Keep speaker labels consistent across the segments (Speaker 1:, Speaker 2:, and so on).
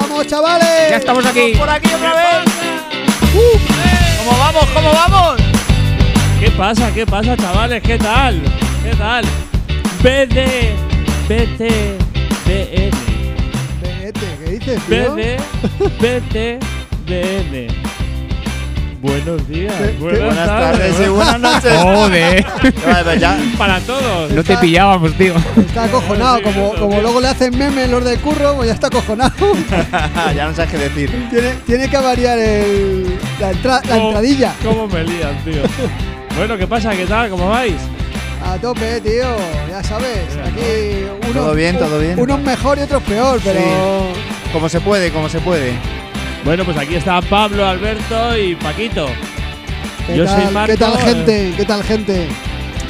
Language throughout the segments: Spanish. Speaker 1: ¡Vamos, chavales!
Speaker 2: Ya estamos aquí.
Speaker 3: Por aquí otra vez.
Speaker 1: Uh,
Speaker 3: ¿Cómo vamos? ¿Cómo vamos?
Speaker 4: ¿Qué pasa? ¿Qué pasa, chavales? ¿Qué tal? ¿Qué tal? BD, BT, BN.
Speaker 1: vete, ¿qué dices, tío?
Speaker 4: BD, BT, BN. Buenos días, buenas, Oh.
Speaker 5: Buenas tardes y buenas noches.
Speaker 2: Joder.
Speaker 5: Vale, pues ya.
Speaker 4: Para todos.
Speaker 2: No te pillábamos, tío.
Speaker 1: Está acojonado, como, como luego le hacen memes los del curro, pues ya está acojonado.
Speaker 5: ya no sabes qué decir. Oh.
Speaker 1: tiene, tiene que variar el, la, entra- la
Speaker 4: ¿Cómo-
Speaker 1: entradilla.
Speaker 4: ¿Cómo me lían, tío? bueno, ¿qué pasa? ¿Qué tal? ¿Cómo vais?
Speaker 1: A tope, tío, ya sabes. Aquí unos,
Speaker 5: Todo bien, todo bien.
Speaker 1: unos mejor y otros peor, pero
Speaker 5: Como se puede, como se puede.
Speaker 4: Bueno, pues aquí está Pablo, Alberto y Paquito.
Speaker 1: ¿qué,
Speaker 4: Yo soy
Speaker 1: tal,
Speaker 4: Marco,
Speaker 1: ¿qué tal
Speaker 4: eh.
Speaker 1: gente? ¿Qué tal gente?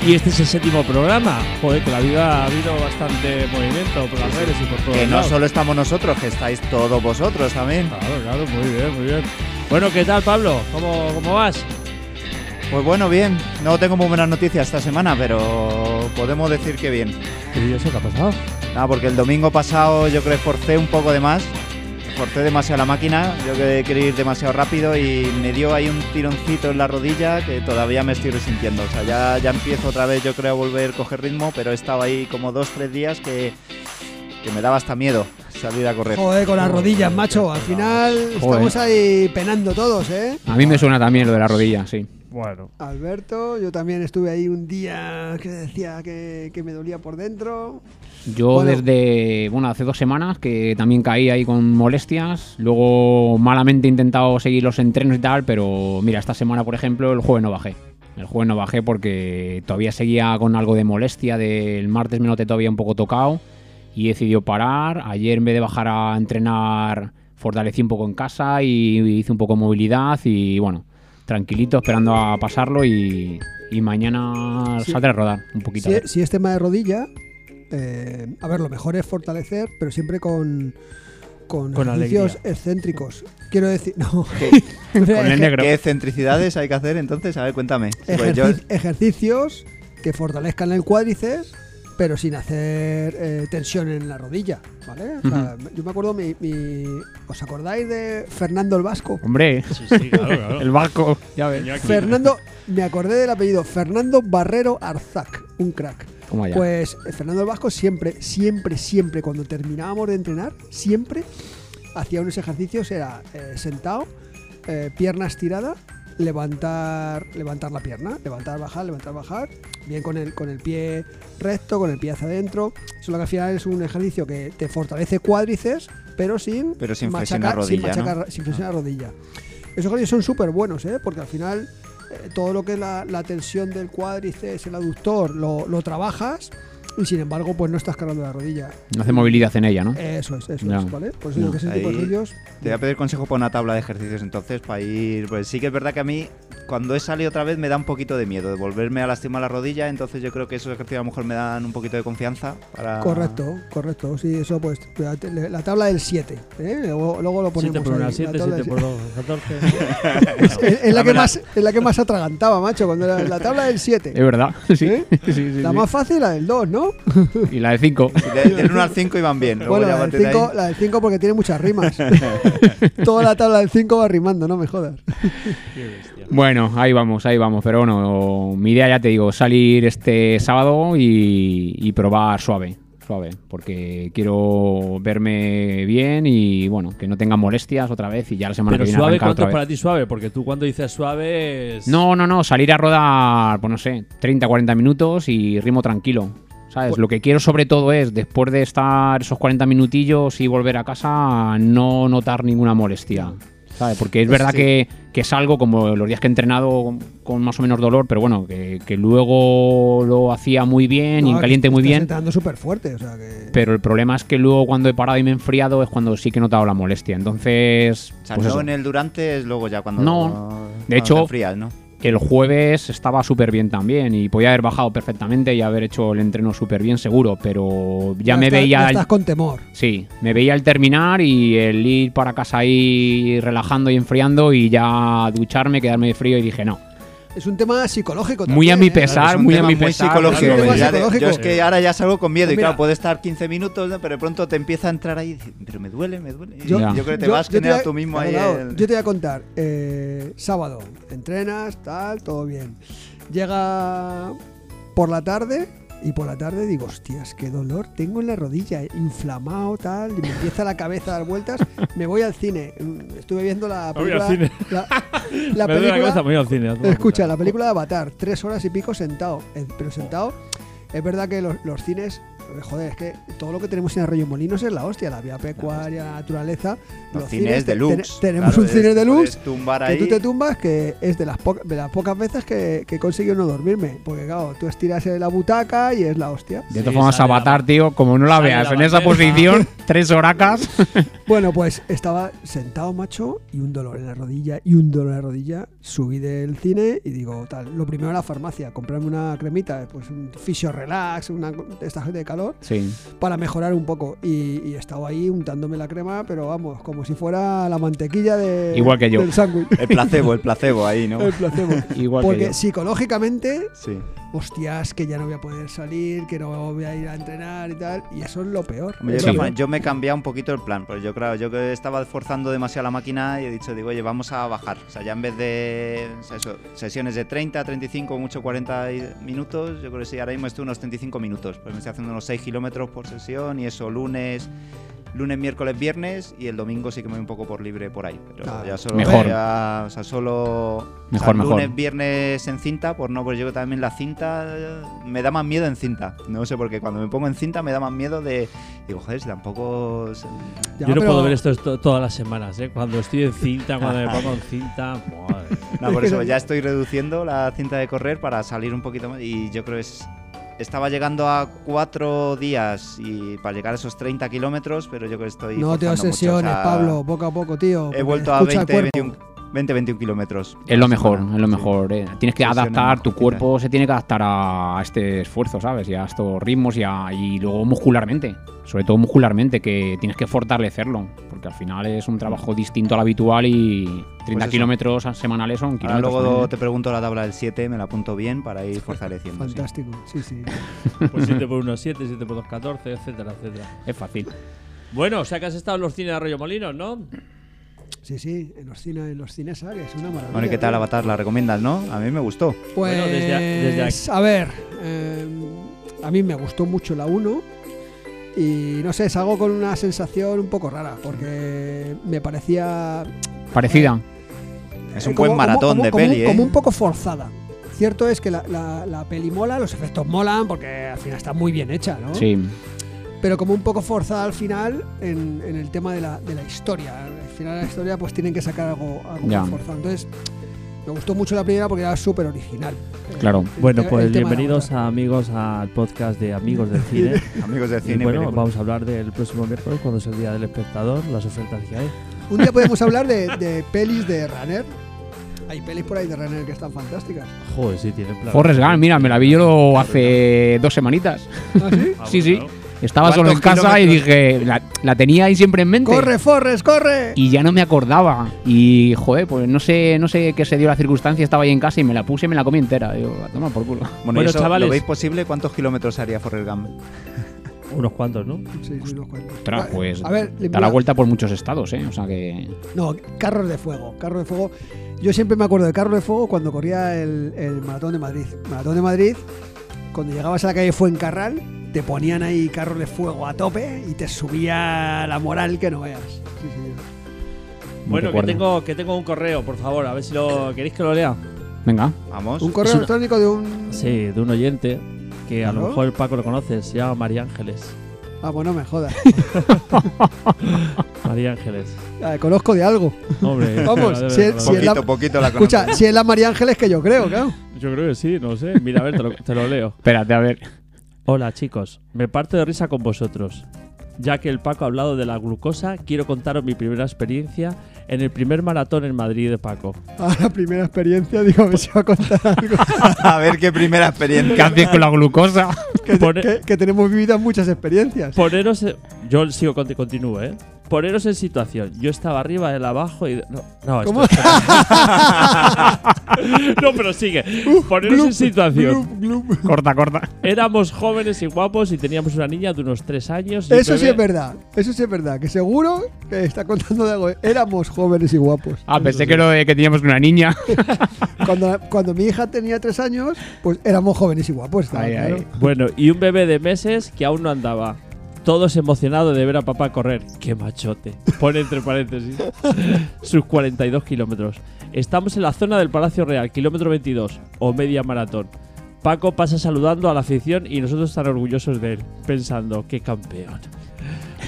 Speaker 4: Y este es el séptimo programa. Joder, que la vida ha habido bastante movimiento por las redes y por todo.
Speaker 5: Que Pues no solo estamos nosotros, que estáis todos vosotros también.
Speaker 4: Claro, claro, muy bien, muy bien. Bueno, ¿qué tal, Pablo? ¿Cómo, cómo vas?
Speaker 5: Pues bueno, bien. No tengo muy buenas noticias esta semana, pero podemos decir que bien.
Speaker 4: ¿Y eso qué ha pasado?
Speaker 5: Nada, porque el domingo pasado yo creo que forcé un poco de más. Forcé demasiado la máquina, yo que quería ir demasiado rápido y me dio ahí un tironcito en la rodilla que todavía me estoy resintiendo. O sea, ya, ya empiezo otra vez, yo creo, a volver a coger ritmo, pero he estado ahí como dos, tres días que, que me daba hasta miedo salir a correr.
Speaker 1: Joder, con las rodillas, macho. Al final estamos ahí penando todos, ¿eh?
Speaker 2: A mí me suena también lo de la rodilla, sí.
Speaker 4: Bueno.
Speaker 1: Alberto, yo también estuve ahí un día que decía que, que me dolía por dentro.
Speaker 2: Yo
Speaker 1: Bueno.
Speaker 2: desde, bueno, hace dos semanas que también caí ahí con molestias. Luego malamente he intentado seguir los entrenos y tal, pero mira, esta semana, por ejemplo, el jueves no bajé. El jueves no bajé porque todavía seguía con algo de molestia. Del martes me noté todavía un poco tocado y he decidido parar. Ayer en vez de bajar a entrenar, fortalecí un poco en casa y hice un poco de movilidad y bueno, tranquilito, esperando a pasarlo y, y mañana
Speaker 1: Sí.
Speaker 2: saldré a rodar un poquito. a
Speaker 1: Si, e-
Speaker 2: ver.
Speaker 1: si es tema de rodilla, eh, a ver, lo mejor es fortalecer, pero siempre con, con,
Speaker 4: Con
Speaker 1: ejercicios excéntricos. Quiero decir, no.
Speaker 2: Con el negro.
Speaker 5: ¿Qué excentricidades hay que hacer entonces? A ver, cuéntame. Pues yo-
Speaker 1: Ejerci- ejercicios que fortalezcan el cuádriceps, pero sin hacer eh, tensión en la rodilla, ¿vale? O sea, Yo me acuerdo, mi, mi- ¿os acordáis de Fernando el Vasco?
Speaker 2: Hombre,
Speaker 4: Sí, sí, claro, claro.
Speaker 2: el barco, ya ves.
Speaker 4: Iñaki.
Speaker 1: Fernando, me acordé del apellido, Fernando Barrero Arzac, un crack.
Speaker 2: Como allá.
Speaker 1: Pues eh, Fernando el Vasco siempre, siempre, siempre, cuando terminábamos de entrenar, siempre hacía unos ejercicios, era eh, sentado, eh, pierna estirada, levantar, levantar la pierna, levantar, bajar, levantar, bajar, bien con el, con el pie recto, con el pie hacia adentro. Eso lo que al final es un ejercicio que te fortalece cuádriceps, pero sin,
Speaker 5: Pero sin flexionar
Speaker 1: sin
Speaker 5: rodilla, ¿no? Ah.
Speaker 1: machacar- sin flexionar rodilla. Esos ejercicios son súper buenos, ¿eh? porque al final eh, todo lo que es la, la tensión del cuádriceps, el aductor, lo, lo trabajas y sin embargo pues no estás cargando la rodilla.
Speaker 2: No hace movilidad en ella, ¿no?
Speaker 1: Eso es, eso
Speaker 2: Ya.
Speaker 1: es, ¿vale? Por eso digo
Speaker 2: Ya.
Speaker 1: que ese tipo de
Speaker 5: Ahí-
Speaker 1: ejercicios...
Speaker 5: Te voy a pedir consejo para una tabla de ejercicios entonces, para ir... Pues sí que es verdad que a mí, cuando he salido otra vez, me da un poquito de miedo de volverme a lastimar la rodilla, entonces yo creo que esos ejercicios a lo mejor me dan un poquito de confianza para...
Speaker 1: Correcto, correcto. Sí, eso pues la, la tabla del 7. ¿eh? Luego, luego lo ponemos.
Speaker 4: 7 por 1,
Speaker 1: ahí, la
Speaker 4: 7,
Speaker 1: tabla
Speaker 4: 7 por
Speaker 1: del
Speaker 4: 2, 14.
Speaker 1: siete. Es, es la que
Speaker 5: Dámela.
Speaker 1: más, es la que más atragantaba, macho, cuando era la tabla del 7.
Speaker 2: Es verdad. Sí.
Speaker 1: ¿Eh?
Speaker 2: Sí, sí,
Speaker 1: La
Speaker 2: sí.
Speaker 1: más fácil la del 2, ¿no?
Speaker 2: Y la de 5.
Speaker 5: De- del 1 al 5 iban bien. Luego
Speaker 1: bueno,
Speaker 5: ya a
Speaker 1: la del,
Speaker 5: partir de ahí-
Speaker 1: 5, la del 5 porque tiene muchas rimas. Toda la tabla del 5 va rimando, no me jodas.
Speaker 2: Bueno, ahí vamos, ahí vamos. Pero bueno, mi idea ya te digo, salir este sábado y, y probar suave. Suave, porque quiero verme bien y bueno, que no tenga molestias otra vez y ya la semana
Speaker 4: Pero
Speaker 2: que viene
Speaker 4: suave,
Speaker 2: arrancar
Speaker 4: ¿cuánto
Speaker 2: otra
Speaker 4: es
Speaker 2: vez.
Speaker 4: para ti suave? Porque tú cuando dices suave es...
Speaker 2: No, no, no, salir a rodar, pues no sé, 30, 40 minutos y ritmo tranquilo. ¿Sabes? Lo que quiero sobre todo es, después de estar esos 40 minutillos y volver a casa, no notar ninguna molestia. ¿Sabes? Porque es
Speaker 5: Pues
Speaker 2: verdad
Speaker 5: sí.
Speaker 2: que, que salgo como los días que he entrenado con, con más o menos dolor, pero bueno, que, que luego lo hacía muy bien y en
Speaker 1: No,
Speaker 2: caliente muy
Speaker 1: estás
Speaker 2: bien.
Speaker 1: entrenando súper fuerte, o sea que.
Speaker 2: Pero el problema es que luego cuando he parado y me he enfriado es cuando sí que he notado la molestia. Entonces,
Speaker 5: O sea,
Speaker 2: pues
Speaker 5: no
Speaker 2: eso.
Speaker 5: en el durante es luego ya cuando...
Speaker 2: No.
Speaker 5: cuando
Speaker 2: De
Speaker 5: te
Speaker 2: hecho-
Speaker 5: enfrías, ¿no?
Speaker 2: El jueves estaba súper bien también y podía haber bajado perfectamente y haber hecho el entreno súper bien seguro, pero ya, me
Speaker 1: estás-
Speaker 2: veía...
Speaker 1: ya estás con temor.
Speaker 2: Sí, me veía al terminar y el ir para casa ahí relajando y enfriando y ya ducharme, quedarme de frío y dije no.
Speaker 1: Es un tema psicológico también.
Speaker 2: Muy a mi
Speaker 1: ¿eh?
Speaker 2: pesar,
Speaker 5: Claro, es un
Speaker 2: muy a
Speaker 5: tema
Speaker 2: mi pesar.
Speaker 5: psicológico.
Speaker 1: Es un tema
Speaker 5: Ya de-
Speaker 1: psicológico. Pues
Speaker 5: yo es que ahora ya salgo con miedo y
Speaker 1: Mira.
Speaker 5: claro, puede estar 15 minutos, ¿no? pero de pronto te empieza a entrar ahí y dices, pero me duele, me duele. Y Yo,
Speaker 1: Yo-
Speaker 2: Ya.
Speaker 5: creo que te
Speaker 1: Yo-
Speaker 5: vas
Speaker 1: yo voy
Speaker 5: generando
Speaker 1: a-
Speaker 5: tú mismo ahí.
Speaker 1: claro,
Speaker 5: el-
Speaker 1: Yo te voy a contar. eh, sábado, entrenas, tal, todo bien. Llega por la tarde y por la tarde digo, hostias, qué dolor tengo en la rodilla, eh, inflamado, tal, y me empieza la cabeza a dar vueltas. Me voy al cine. Mm, Estuve viendo la
Speaker 4: Me voy al
Speaker 1: película.
Speaker 4: cine.
Speaker 1: La, la
Speaker 4: Me duele la cabeza,
Speaker 1: película.
Speaker 4: me voy al cine. a tomar
Speaker 1: Escucha,
Speaker 4: por
Speaker 1: la película de Avatar, tres horas y pico sentado, eh, pero sentado. Es verdad que los, los cines, eh, joder, es que todo lo que tenemos en Arroyo Molinos es la hostia, la vía pecuaria, la naturaleza.
Speaker 5: los, cines,
Speaker 1: te-
Speaker 5: deluxe.
Speaker 1: ten- tenemos
Speaker 5: claro,
Speaker 1: un cine
Speaker 5: es-
Speaker 1: deluxe
Speaker 5: puedes tumbar
Speaker 1: que
Speaker 5: ahí.
Speaker 1: tú te tumbas, que es de las, poca- de las pocas veces que, que he conseguido no dormirme, porque claro, tú estiras en la butaca y es la hostia.
Speaker 2: De todas
Speaker 4: Sí,
Speaker 2: formas,
Speaker 4: sale la-
Speaker 2: Avatar, tío, como no la
Speaker 4: sale
Speaker 2: veas
Speaker 4: la
Speaker 2: en esa
Speaker 4: bandera.
Speaker 2: posición, tres horacas.
Speaker 1: Bueno, pues estaba sentado, macho, y un dolor en la rodilla, y un dolor en la rodilla. Subí del cine y digo, tal, lo primero a la farmacia, comprarme una cremita, pues un fisio relax, una de esta gente de calor,
Speaker 2: Sí.
Speaker 1: para mejorar un poco. Y, y he estado ahí untándome la crema, pero vamos, como si fuera la mantequilla de,
Speaker 2: Igual que yo.
Speaker 1: del sándwich.
Speaker 5: El placebo, el placebo ahí, ¿no?
Speaker 1: El placebo.
Speaker 2: Igual que
Speaker 1: Porque
Speaker 2: yo.
Speaker 1: psicológicamente
Speaker 5: Sí.
Speaker 1: hostias, que ya no voy a poder salir, que no voy a ir a entrenar y tal. Y eso es lo peor.
Speaker 5: Hombre,
Speaker 1: Es
Speaker 5: yo,
Speaker 1: lo
Speaker 5: Rafa,
Speaker 1: peor.
Speaker 5: yo me cambié un poquito el plan, porque yo claro, yo que estaba forzando demasiado la máquina y he dicho, digo, oye, vamos a bajar. O sea, ya en vez de o sea, eso, sesiones de 30, 35, mucho 40 y- minutos, yo creo que sí, ahora mismo estoy unos 35 minutos. Pues me estoy haciendo unos 6 kilómetros por sesión y eso lunes, lunes, miércoles, viernes y el domingo sí que me voy un poco por libre por ahí. Pero
Speaker 1: Claro.
Speaker 5: ya solo,
Speaker 2: Mejor.
Speaker 5: ya- o sea, solo o sea,
Speaker 2: Mejor, mejor.
Speaker 5: lunes, viernes en cinta, pues no, pues yo también la cinta eh, me da más miedo en cinta. No sé por qué, cuando me pongo en cinta me da más miedo de Digo, joder, si tampoco. se-
Speaker 1: Ya,
Speaker 4: Yo no
Speaker 1: pero-
Speaker 4: puedo ver esto esto todas las semanas, ¿eh? Cuando estoy en cinta, cuando me pongo en cinta. Madre.
Speaker 5: No, por eso ya estoy reduciendo la cinta de correr para salir un poquito más. Y yo creo que es. Estaba llegando a cuatro días y para llegar a esos 30 kilómetros, pero yo creo que estoy.
Speaker 1: No te
Speaker 5: forzando mucho,
Speaker 1: obsesiones,
Speaker 5: o sea,
Speaker 1: Pablo, poco a poco,
Speaker 5: He
Speaker 1: tío. porque
Speaker 5: vuelto a
Speaker 1: escucha al
Speaker 5: 20,
Speaker 1: cuerpo.
Speaker 5: 21, 20, 21 kilómetros.
Speaker 2: Es lo
Speaker 5: a la
Speaker 2: mejor,
Speaker 5: semana.
Speaker 2: es lo
Speaker 5: Sí.
Speaker 2: mejor. eh. Tienes que
Speaker 5: Funciona
Speaker 2: adaptar, tu
Speaker 5: mejor,
Speaker 2: cuerpo se tiene que adaptar a este esfuerzo, ¿sabes? Y a estos ritmos y, a- y luego muscularmente. Sobre todo muscularmente, que tienes que fortalecerlo. Porque al final es un trabajo distinto al habitual y 30
Speaker 5: Mm. Pues eso.
Speaker 2: kilómetros semanales son
Speaker 5: Ahora
Speaker 2: kilómetros.
Speaker 5: luego
Speaker 2: también,
Speaker 5: te
Speaker 2: ¿eh?
Speaker 5: pregunto la tabla del 7, me la apunto bien para ir fortaleciendo. sí.
Speaker 1: Fantástico, sí, sí.
Speaker 4: Pues 7 por 1, 7, 7 por 2, 14, etcétera, etcétera.
Speaker 2: Es fácil.
Speaker 4: Bueno, o sea que has estado en los cines de Arroyo Molinos, ¿no?
Speaker 1: Sí, sí, en los cines, en los cines, ¿sabes? Es una maravilla.
Speaker 5: Bueno, ¿y qué tal
Speaker 1: tío.
Speaker 5: Avatar? ¿La recomiendas, no? A mí me gustó.
Speaker 1: Pues,
Speaker 4: Bueno, desde a- desde aquí.
Speaker 1: a ver, eh, a mí me gustó mucho la 1 y no sé, salgo con una sensación un poco rara porque me parecía
Speaker 2: Parecida.
Speaker 5: Es
Speaker 1: Eh,
Speaker 5: un
Speaker 1: como-
Speaker 5: buen maratón
Speaker 1: como-
Speaker 5: de
Speaker 1: como un-
Speaker 5: peli, ¿eh?
Speaker 1: Como un poco forzada. Cierto es que la, la- la peli mola, los efectos molan, porque al final está muy bien hecha, ¿no?
Speaker 2: Sí.
Speaker 1: Pero como un poco forzada al final en, en el tema de la, de la historia. Al final de la historia pues tienen que sacar algo, algo
Speaker 2: Ya.
Speaker 1: más forzado. Entonces, me gustó mucho la primera porque era súper original. Eh,
Speaker 2: Claro.
Speaker 1: el
Speaker 4: Bueno,
Speaker 1: te-
Speaker 4: pues
Speaker 1: el tema de la
Speaker 4: bienvenidos
Speaker 1: otra.
Speaker 4: a amigos al podcast de Amigos del Cine.
Speaker 5: Amigos de
Speaker 4: y
Speaker 5: cine. y
Speaker 4: bueno,
Speaker 5: película.
Speaker 4: vamos a hablar del próximo miércoles, cuando es el día del espectador, las ofertas que hay.
Speaker 1: Un día podemos hablar de, de pelis de Runner. Hay pelis por ahí de Runner que están fantásticas.
Speaker 4: Joder, sí, tienen Ah, plan.
Speaker 2: Forrest Gump, mira, me la vi yo lo- hace dos semanitas.
Speaker 1: ¿Ah, sí?
Speaker 2: Sí, sí. Estaba
Speaker 5: ¿Cuántos
Speaker 2: solo en casa y
Speaker 5: kilómetros?
Speaker 2: dije, la, la tenía ahí siempre en mente.
Speaker 1: ¡Corre, Forrest, corre!
Speaker 2: y ya no me acordaba. Y joder, pues no sé, no sé qué se dio la circunstancia, estaba ahí en casa y me la puse y me la comí entera. Digo, a tomar por culo.
Speaker 5: Bueno, y
Speaker 4: Bueno,
Speaker 5: eso,
Speaker 4: chavales.
Speaker 5: ¿lo veis posible? ¿Cuántos kilómetros haría Forrest Gump?
Speaker 4: Unos cuantos, ¿no?
Speaker 1: Sí, sí, unos cuantos.
Speaker 2: Ostras,
Speaker 1: Ah,
Speaker 2: pues
Speaker 1: a ver,
Speaker 2: da la
Speaker 1: mira,
Speaker 2: vuelta por muchos estados, eh. O sea que.
Speaker 1: No, carros de fuego, carros de fuego. Yo siempre me acuerdo de carros de fuego cuando corría el, el Maratón de Madrid. Maratón de Madrid, cuando llegabas a la calle Fuencarral, te ponían ahí carros de fuego a tope y te subía la moral que no veas. Sí, señor.
Speaker 2: no
Speaker 4: Bueno, que
Speaker 2: recuerdo.
Speaker 4: tengo, que tengo un correo, por favor, a ver si lo queréis que lo lea.
Speaker 2: Venga.
Speaker 5: Vamos.
Speaker 1: Un correo
Speaker 4: es una-
Speaker 1: electrónico de un...
Speaker 4: Sí, de un oyente que a lo
Speaker 1: ¿Claro?
Speaker 4: mejor Paco lo conoce, se llama María Ángeles.
Speaker 1: Ah, bueno, me jodas.
Speaker 4: María Ángeles.
Speaker 1: Ah, Conozco de algo.
Speaker 4: Hombre,
Speaker 1: Vamos,
Speaker 4: debe
Speaker 1: si él-
Speaker 4: conocer.
Speaker 1: si él-
Speaker 5: poquito,
Speaker 1: la-
Speaker 5: poquito la conozco.
Speaker 1: Escucha, si es la María Ángeles que yo creo, claro.
Speaker 4: Yo creo que sí, no sé. Mira, a ver, te lo, te lo leo.
Speaker 2: Espérate, a ver.
Speaker 4: Hola chicos, me parto de risa con vosotros. Ya que el Paco ha hablado de la glucosa, quiero contaros mi primera experiencia en el primer maratón en Madrid de Paco.
Speaker 1: A la primera experiencia digo, a ver si va a contar algo.
Speaker 5: A ver qué primera experiencia.
Speaker 2: Cambies con la glucosa.
Speaker 1: Que,
Speaker 4: Pone-
Speaker 1: que- que tenemos vividas muchas experiencias.
Speaker 4: Poneros. Yo sigo, conti- continúo, ¿eh? Poneros en situación. Yo estaba arriba, él abajo y. No, no, esto-
Speaker 1: ¿Cómo?
Speaker 4: no pero sigue.
Speaker 1: Uh,
Speaker 4: Poneros en
Speaker 1: Gloop,
Speaker 4: situación.
Speaker 1: gloop, gloop.
Speaker 2: Corta, corta.
Speaker 4: Éramos jóvenes y guapos y teníamos una niña de unos 3 años. y un
Speaker 1: Eso sí
Speaker 4: bebé-
Speaker 1: es verdad, eso sí es verdad, que seguro que está contando de algo. Éramos jóvenes y guapos.
Speaker 2: Ah, pensé que lo de que teníamos una niña.
Speaker 1: Cuando, cuando mi hija tenía tres años, pues éramos jóvenes y guapos, estaba
Speaker 2: Ahí,
Speaker 1: claro.
Speaker 2: ahí.
Speaker 4: Bueno, y un bebé de meses que aún no andaba. Todos emocionados de ver a papá correr. ¡Qué machote! Pone entre paréntesis. Sus 42 kilómetros. Estamos en la zona del Palacio Real, kilómetro 22, o media maratón. Paco pasa saludando a la afición y nosotros tan orgullosos de él, pensando, ¡qué campeón!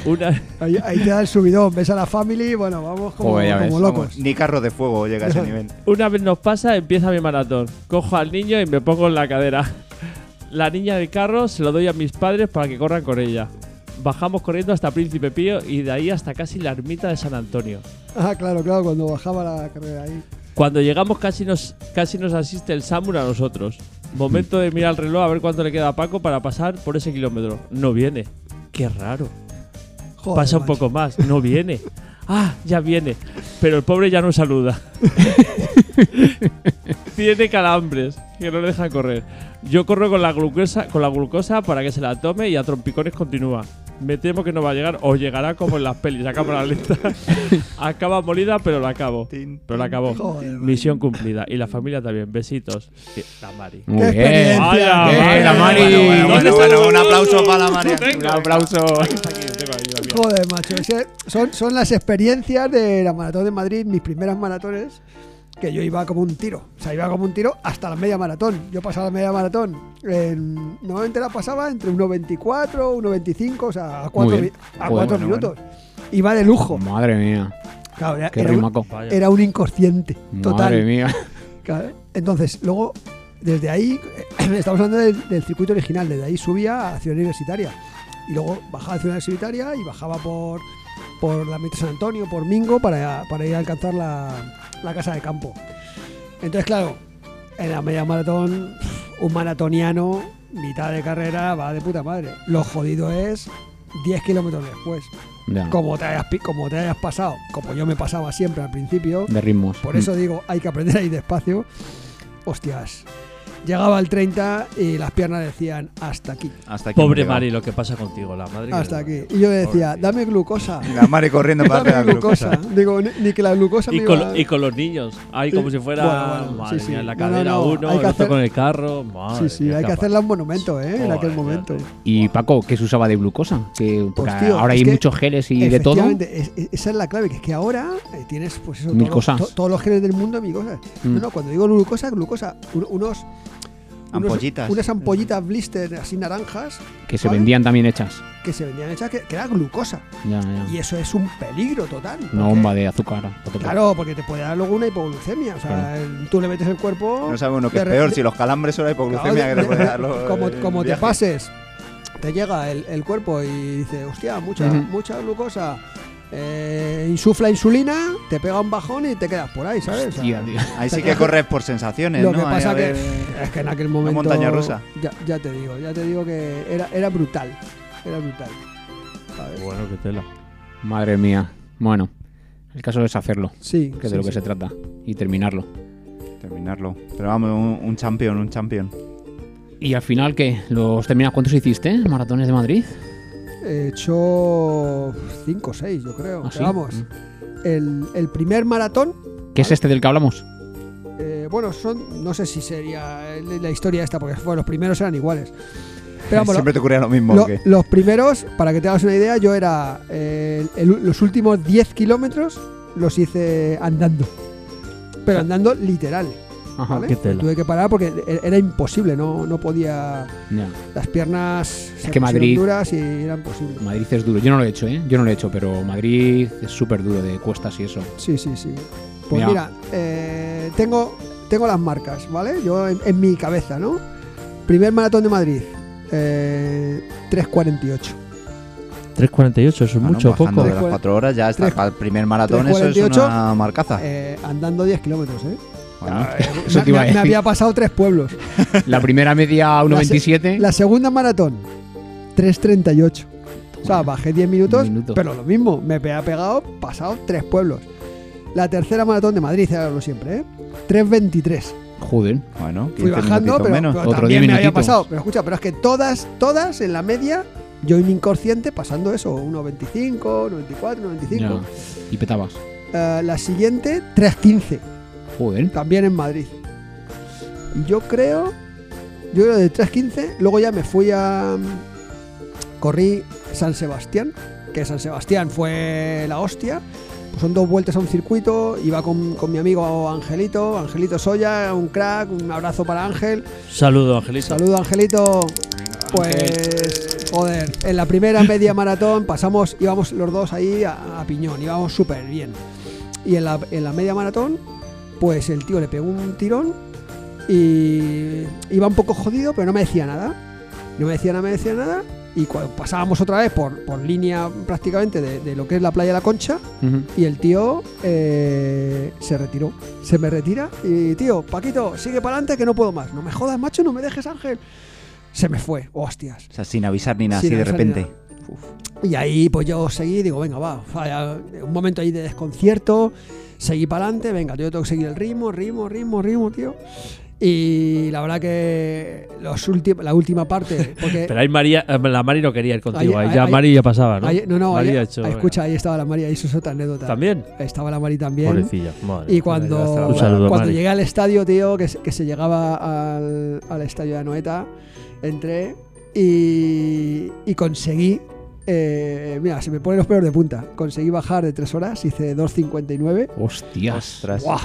Speaker 4: Una...
Speaker 1: Ahí, ahí te da el subidón, ves a la family, bueno, vamos como,
Speaker 2: Joder, ya
Speaker 1: como
Speaker 2: ves,
Speaker 1: locos.
Speaker 5: Vamos, ni carro de fuego llega a ese nivel.
Speaker 4: Una vez nos pasa, empieza mi maratón. Cojo al niño y me pongo en la cadera. La niña del carro se lo doy a mis padres para que corran con ella. Bajamos corriendo hasta Príncipe Pío y de ahí hasta casi la ermita de San Antonio.
Speaker 1: Ah, claro, claro, cuando bajaba la carrera ahí.
Speaker 4: Cuando llegamos casi nos, casi nos asiste el Samur a nosotros. Momento de mirar el reloj a ver cuánto le queda a Paco para pasar por ese kilómetro. No viene. Qué raro.
Speaker 1: Joder,
Speaker 4: Pasa un
Speaker 1: macho.
Speaker 4: poco más. No viene. Ah, ya viene. Pero el pobre ya no saluda. Tiene calambres que no le deja correr. Yo corro con la glucosa, con la glucosa para que se la tome y a trompicones continúa. Me temo que no va a llegar o llegará como en las pelis, a cámara lenta. Acaba molida, pero la acabo.
Speaker 5: Tin,
Speaker 4: Pero la acabó.
Speaker 1: Joder, macho.
Speaker 4: Misión cumplida. Y la familia también. Besitos. Sí, La Mari.
Speaker 2: Muy
Speaker 1: Qué
Speaker 2: bien.
Speaker 1: experiencia.
Speaker 4: ¡Hala,
Speaker 1: Bien,
Speaker 4: Mari!
Speaker 2: la Mari.
Speaker 5: Bueno,
Speaker 4: ¿Dónde
Speaker 5: bueno,
Speaker 4: está
Speaker 5: bueno,
Speaker 4: el
Speaker 5: un
Speaker 4: aplauso?
Speaker 5: aplauso para la Mari.
Speaker 4: Venga.
Speaker 5: Un aplauso.
Speaker 4: Aquí, tengo ahí la mía.
Speaker 1: Joder, macho. ese- son, son las experiencias de la maratón de Madrid, mis primeras maratones, que yo iba como un tiro. O sea, iba como un tiro hasta la media maratón. Yo pasaba la media maratón. en- normalmente la pasaba entre 1.24, 1.25, o sea, a cuatro
Speaker 2: bien.
Speaker 1: mi- a
Speaker 2: Joder,
Speaker 1: cuatro
Speaker 2: bueno,
Speaker 1: minutos. Iba de lujo.
Speaker 2: Madre mía.
Speaker 1: Claro, era,
Speaker 2: Qué
Speaker 1: era un,
Speaker 2: rimaco.
Speaker 4: Vaya.
Speaker 1: era un inconsciente total.
Speaker 2: Madre mía.
Speaker 1: Claro. Entonces, luego, desde ahí, estamos hablando del, del circuito original, desde ahí subía a Ciudad Universitaria. Y luego bajaba a Ciudad Universitaria y bajaba por, por la Meta San Antonio, por Mingo, para, para ir a alcanzar la, la casa de campo. Entonces, claro, en la media maratón, un maratoniano, mitad de carrera, va de puta madre. Lo jodido es 10 kilómetros después.
Speaker 2: Ya.
Speaker 1: Como te, hayas, pi- como te hayas pasado, como yo me pasaba siempre al principio,
Speaker 2: De ritmos.
Speaker 1: por eso digo, hay que aprender ahí despacio. Hostias. Llegaba el 30 y las piernas decían, hasta aquí,
Speaker 5: Hasta aquí
Speaker 4: Pobre
Speaker 5: hemos
Speaker 4: Mari,
Speaker 5: llegado.
Speaker 4: lo que pasa contigo, la madre. que le
Speaker 1: hasta aquí.
Speaker 4: parió.
Speaker 1: Y yo decía,
Speaker 4: Pobre tío.
Speaker 1: dame glucosa,
Speaker 5: La Mari corriendo para hacer la
Speaker 1: dame
Speaker 5: glucosa.
Speaker 1: glucosa. Digo, ni, ni que la glucosa
Speaker 4: Y
Speaker 1: me
Speaker 4: con,
Speaker 1: iba-
Speaker 4: y con los niños, ahí como si fuera
Speaker 1: ¿eh? Bueno, bueno,
Speaker 4: madre
Speaker 1: sí, sí.
Speaker 4: mía, en la
Speaker 1: No, no,
Speaker 4: cadera
Speaker 1: no,
Speaker 4: uno,
Speaker 1: hay
Speaker 4: el
Speaker 1: que
Speaker 4: otro
Speaker 1: hacer-
Speaker 4: con el carro, madre
Speaker 1: Sí, sí,
Speaker 4: mía,
Speaker 1: hay
Speaker 4: qué
Speaker 1: que
Speaker 4: apa-
Speaker 1: hacerla un monumento, ¿eh? En aquel
Speaker 4: Joder,
Speaker 1: momento.
Speaker 4: fíjate.
Speaker 2: Y Paco, ¿qué se usaba de glucosa? Que porque
Speaker 1: Pues, tío,
Speaker 2: ahora
Speaker 1: es
Speaker 2: hay
Speaker 1: que
Speaker 2: muchos geles y de todo.
Speaker 1: Efectivamente, es- es- esa es la clave, que es que ahora eh, tienes pues eso,
Speaker 2: Mil
Speaker 1: todos los-
Speaker 2: cosas.
Speaker 1: to- todos los genes del mundo, mil cosas.
Speaker 2: Mm.
Speaker 1: No, no, cuando digo glucosa, glucosa, un- unos... unos-
Speaker 5: Ampollitas.
Speaker 1: Unas ampollitas blister así naranjas
Speaker 2: Que se
Speaker 1: ¿vale?
Speaker 2: vendían también hechas.
Speaker 1: que se vendían hechas, que, que era glucosa.
Speaker 2: Ya, ya.
Speaker 1: Y eso es un peligro total.
Speaker 2: Una
Speaker 1: porque-
Speaker 2: bomba de azúcar. azúcar.
Speaker 1: Claro, porque te puede dar luego una hipoglucemia. O sea, el- tú le metes el cuerpo.
Speaker 5: No sabe uno qué es
Speaker 1: de-
Speaker 5: peor,
Speaker 1: de-
Speaker 5: si los calambres o la
Speaker 1: claro,
Speaker 5: hipoglucemia
Speaker 1: de-
Speaker 5: que le
Speaker 1: de-
Speaker 5: puede dar los-
Speaker 1: como
Speaker 5: el
Speaker 1: como te
Speaker 5: viaje.
Speaker 1: pases, te llega el, el cuerpo y dice, hostia, mucha,
Speaker 2: Ujú.
Speaker 1: mucha glucosa. Eh, insufla insulina, te pega un bajón y te quedas por ahí, ¿sabes? O sea,
Speaker 2: Hostia, tío.
Speaker 5: Ahí sí que corres por sensaciones,
Speaker 1: Lo
Speaker 5: ¿no?
Speaker 1: que
Speaker 5: Ahí a
Speaker 1: pasa que,
Speaker 5: ver-
Speaker 1: es que en aquel momento.
Speaker 5: montaña rusa.
Speaker 1: Ya, ya te digo, ya te digo que era, era brutal. Era brutal. ¿sabes?
Speaker 4: Bueno, qué tela.
Speaker 2: Madre mía. Bueno, el caso es hacerlo,
Speaker 1: Sí.
Speaker 2: que
Speaker 1: sí,
Speaker 2: es de lo que
Speaker 1: sí.
Speaker 2: se trata. Y terminarlo.
Speaker 5: Terminarlo. Pero vamos, un, un champion, un champion.
Speaker 2: Y al final, ¿qué? ¿Los terminas cuántos hiciste? ¿Maratones de Madrid?
Speaker 1: He hecho 5 o 6, yo creo.
Speaker 2: ¿Ah,
Speaker 1: Pero
Speaker 2: sí? Mm.
Speaker 1: Vamos, el, el primer maratón,
Speaker 2: ¿Qué es este del que hablamos?
Speaker 1: eh, bueno, son, no sé si sería eh, la historia esta, porque bueno, los primeros eran iguales. Pero vamos,
Speaker 5: Siempre te ocurría lo mismo.
Speaker 1: lo-
Speaker 5: ¿o qué?
Speaker 1: los primeros, para que te hagas una idea, yo era. eh, el- los últimos 10 kilómetros los hice andando.
Speaker 2: Ah.
Speaker 1: Pero andando literal,
Speaker 2: Ajá.
Speaker 1: ¿vale?
Speaker 4: qué tela.
Speaker 1: Tuve que parar porque e- era imposible, no, no podía.
Speaker 2: Ya.
Speaker 1: Las piernas se
Speaker 2: que
Speaker 1: pusieron
Speaker 2: Madrid-
Speaker 1: duras y era imposible.
Speaker 2: Madrid es duro. Yo no lo he hecho, ¿eh? Yo no lo he hecho, pero Madrid es súper duro de cuestas y eso.
Speaker 1: Sí, sí, sí. Pues
Speaker 2: Mira.
Speaker 1: mira, eh, tengo, tengo las marcas, ¿vale? Yo en, en mi cabeza, ¿no? Primer maratón de Madrid, eh, 3.48.
Speaker 4: 3.48, eso es
Speaker 5: Bueno,
Speaker 4: mucho
Speaker 5: Ah, bajando
Speaker 4: poco.
Speaker 5: de las 4 horas ya está
Speaker 1: Tres-
Speaker 5: para el primer maratón,
Speaker 1: tres
Speaker 5: eso es
Speaker 1: 48.
Speaker 5: una marcaza.
Speaker 1: eh, andando 10 kilómetros, ¿eh?
Speaker 5: Bueno,
Speaker 2: Ah. Eso
Speaker 1: Me-
Speaker 2: te iba a
Speaker 1: me, me
Speaker 2: decir.
Speaker 1: había pasado tres pueblos.
Speaker 2: La primera media a
Speaker 1: La se-
Speaker 2: 1.27.
Speaker 1: La segunda maratón, 3.38. O sea, bajé 10 minutos,
Speaker 2: Minutos.
Speaker 1: pero lo mismo, me pe- ha pegado, pasado tres pueblos. La tercera maratón de Madrid, lo siempre, ¿eh? 3.23.
Speaker 2: Joder.
Speaker 5: Bueno, 15
Speaker 1: Fui bajando,
Speaker 5: minutitos
Speaker 1: pero,
Speaker 5: menos.
Speaker 1: pero
Speaker 2: Otro
Speaker 1: también
Speaker 2: 10
Speaker 1: me había
Speaker 2: minutitos.
Speaker 1: pasado. Pero escucha, pero es que todas, todas en la media, yo inconsciente pasando eso, 1.25, 94, 95.
Speaker 2: Ya. Y petabas.
Speaker 1: Eh, la siguiente, 3.15,
Speaker 2: Joder.
Speaker 1: también en Madrid. Y yo creo, yo creo de 3.15, luego ya me fui a... Corrí San Sebastián, que San Sebastián fue la hostia. Pues son dos vueltas a un circuito, iba con, con mi amigo Angelito, Angelito Soya, un crack, un abrazo para Ángel.
Speaker 4: Saludo, Angelito.
Speaker 1: Saludo Angelito. Pues, joder, en la primera media maratón pasamos, íbamos los dos ahí a, a piñón, íbamos súper bien. Y en la, en la media maratón, pues el tío le pegó un tirón y iba un poco jodido, pero no me decía nada. No me decía nada, me decía nada. Y cuando pasábamos otra vez por, por línea prácticamente de, de lo que es la playa La Concha,
Speaker 2: Ujú.
Speaker 1: y el tío eh, se retiró. Se me retira y, tío, Paquito, sigue para adelante que no puedo más. No me jodas, macho, no me dejes, Ángel. Se me fue, hostias.
Speaker 5: O sea, sin avisar ni nada,
Speaker 1: Sin
Speaker 5: así de
Speaker 1: avisar ni
Speaker 5: repente.
Speaker 1: Y ahí, pues yo seguí, digo, venga, va. falla- Un momento ahí de desconcierto. Seguí para adelante, venga, yo tengo que seguir el ritmo, ritmo, ritmo, ritmo, tío. Y la verdad que los ulti- la última parte, porque
Speaker 4: Pero ahí María, eh, la Mari no quería ir contigo.
Speaker 1: Ahí-
Speaker 4: ahí ya
Speaker 1: ahí-
Speaker 4: Mari ya pasaba, ¿no?
Speaker 1: ahí- no, no,
Speaker 4: Mari
Speaker 1: ahí-
Speaker 4: ha hecho-
Speaker 1: ahí, escucha, ahí estaba la María y eso es otra anécdota.
Speaker 4: ¿También?
Speaker 1: Ahí estaba la María también.
Speaker 4: Pobrecilla. madre.
Speaker 1: Y cuando,
Speaker 4: Un saludo,
Speaker 1: cuando
Speaker 4: Mari.
Speaker 1: llegué al estadio, tío, que, se- que se llegaba al, al estadio de Anoeta, entré y, y conseguí. eh, mira, se me ponen los pelos de punta. Conseguí bajar de 3 horas, hice 2.59.
Speaker 2: Hostias.
Speaker 5: Ostras.
Speaker 1: ¡Buah!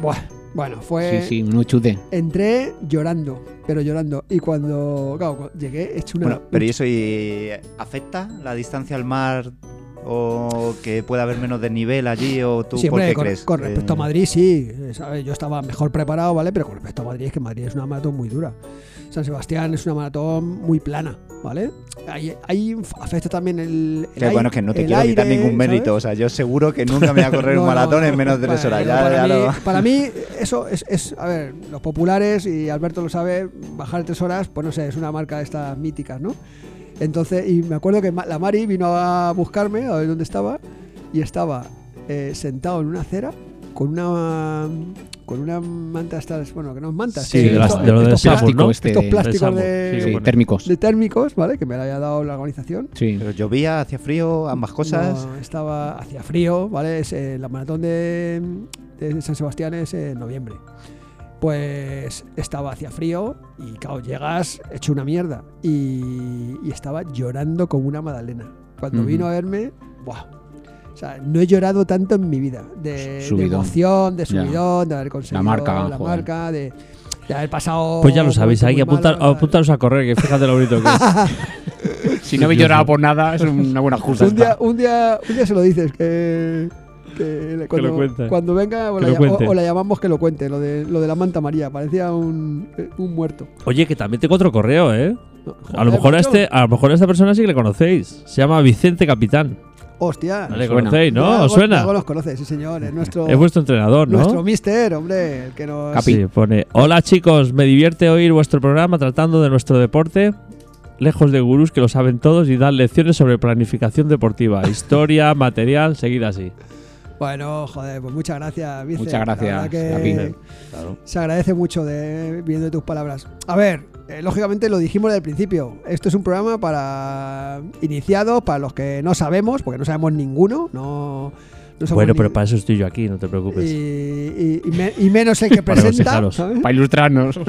Speaker 1: ¡Buah! Bueno,
Speaker 2: Sí,
Speaker 1: fue.
Speaker 2: sí, un chute.
Speaker 1: Entré llorando, pero llorando. Y cuando. Claro, cu- llegué hecho una.
Speaker 5: Bueno, pero ¿y eso y afecta la distancia al mar o que pueda haber menos desnivel allí o tú
Speaker 1: Sí,
Speaker 5: por
Speaker 1: hombre,
Speaker 5: qué
Speaker 1: con,
Speaker 5: crees?
Speaker 1: con respecto a
Speaker 5: Eh,
Speaker 1: Madrid, sí. eh, ¿sabes? Yo estaba mejor preparado, ¿vale? Pero con respecto a Madrid, es que Madrid es una maratón muy dura. San Sebastián es una maratón muy plana, ¿vale? Ahí, ahí inf- afecta también el. el
Speaker 5: que bueno, es que no te
Speaker 1: el
Speaker 5: quiero quitar
Speaker 1: aire,
Speaker 5: ningún mérito.
Speaker 1: ¿sabes?
Speaker 5: O sea, yo seguro que nunca me voy a correr
Speaker 1: No,
Speaker 5: un
Speaker 1: no,
Speaker 5: maratón
Speaker 1: no,
Speaker 5: en menos de
Speaker 1: vale,
Speaker 5: tres horas.
Speaker 1: pero
Speaker 5: Ya, ya
Speaker 1: para, mí,
Speaker 5: lo-
Speaker 1: para mí, eso es, es- A ver, los populares, y Alberto lo sabe, bajar tres horas, pues no sé, es una marca de estas míticas, ¿no? Entonces, y me acuerdo que ma- la Mari vino a buscarme, a ver dónde estaba, y estaba eh, sentado en una acera con una. Con una manta, estas, bueno, que no es manta,
Speaker 4: Sí, de las-
Speaker 1: esto-
Speaker 4: de lo de
Speaker 1: estos
Speaker 4: Samur,
Speaker 1: plásticos,
Speaker 2: ¿no? Este
Speaker 1: estos
Speaker 2: de-
Speaker 1: plásticos
Speaker 4: de
Speaker 1: de,
Speaker 4: Samur,
Speaker 2: Sí,
Speaker 4: bueno.
Speaker 2: térmicos.
Speaker 1: de térmicos, ¿vale? Que me la había dado la organización.
Speaker 2: Sí.
Speaker 5: Pero llovía, hacía frío, ambas cosas.
Speaker 1: No, estaba hacía frío, ¿vale? Es, eh, la maratón de, de San Sebastián es en noviembre. Pues estaba hacía frío y, claro, llegas hecho una mierda. Y, y estaba llorando como una magdalena. Cuando
Speaker 2: Ujú.
Speaker 1: vino a verme, ¡buah! O sea, no he llorado tanto en mi vida. De, de
Speaker 2: Subidón.
Speaker 1: emoción, de
Speaker 2: Ya.
Speaker 1: subidón, de haber conseguido
Speaker 2: marca,
Speaker 1: la
Speaker 2: joder.
Speaker 1: marca, de, de haber pasado.
Speaker 4: Pues ya lo sabéis, hay que
Speaker 1: momentos muy
Speaker 4: apuntar,
Speaker 1: malos, tal.
Speaker 4: apuntaros a correr, que fíjate lo bonito que es.
Speaker 2: Si no habéis llorado por nada, es una buena excusa.
Speaker 1: un día, un día, un día se lo dices que, que le- cuando,
Speaker 4: cuente.
Speaker 1: cuando venga o
Speaker 4: Que
Speaker 1: la,
Speaker 4: lo
Speaker 1: llam-
Speaker 4: cuente.
Speaker 1: o- o la llamamos que lo cuente, lo de, lo de la manta María, parecía un, eh, un muerto.
Speaker 4: Oye, que también tengo otro correo, ¿eh?
Speaker 1: No,
Speaker 4: A
Speaker 1: joder,
Speaker 4: lo, mejor a,
Speaker 1: macho.
Speaker 4: este, a lo mejor a esta persona sí que le conocéis. Se llama Vicente Capitán.
Speaker 1: Hostia.
Speaker 4: ¿No le
Speaker 2: suena.
Speaker 4: conocéis, no?
Speaker 1: Ah, Ya,
Speaker 4: ¿Os
Speaker 1: vos-
Speaker 4: suena?
Speaker 1: ya vos los conoces, sí señor, es nuestro,
Speaker 4: Es vuestro entrenador, ¿no?
Speaker 1: nuestro mister, hombre, el que nos...
Speaker 2: Capi.
Speaker 4: Sí, pone, hola chicos, me divierte oír vuestro programa tratando de nuestro deporte, lejos de gurús que lo saben todos y dan lecciones sobre planificación deportiva, historia, material, seguir así.
Speaker 1: Bueno, joder, pues muchas gracias, Vice.
Speaker 2: Muchas gracias,
Speaker 1: La verdad que
Speaker 2: Capi.
Speaker 1: se agradece mucho de viendo tus palabras. A ver, eh, lógicamente lo dijimos desde el principio. Esto es un programa para iniciados, para los que no sabemos, porque no sabemos ninguno. No, no somos
Speaker 4: Bueno,
Speaker 1: ni-
Speaker 4: pero para eso estoy yo aquí, no te
Speaker 1: y,
Speaker 4: preocupes.
Speaker 1: y- y me- y menos el que
Speaker 4: Para
Speaker 1: presenta.
Speaker 4: aconsejaros.
Speaker 1: ¿sabes?
Speaker 2: Para ilustrarnos.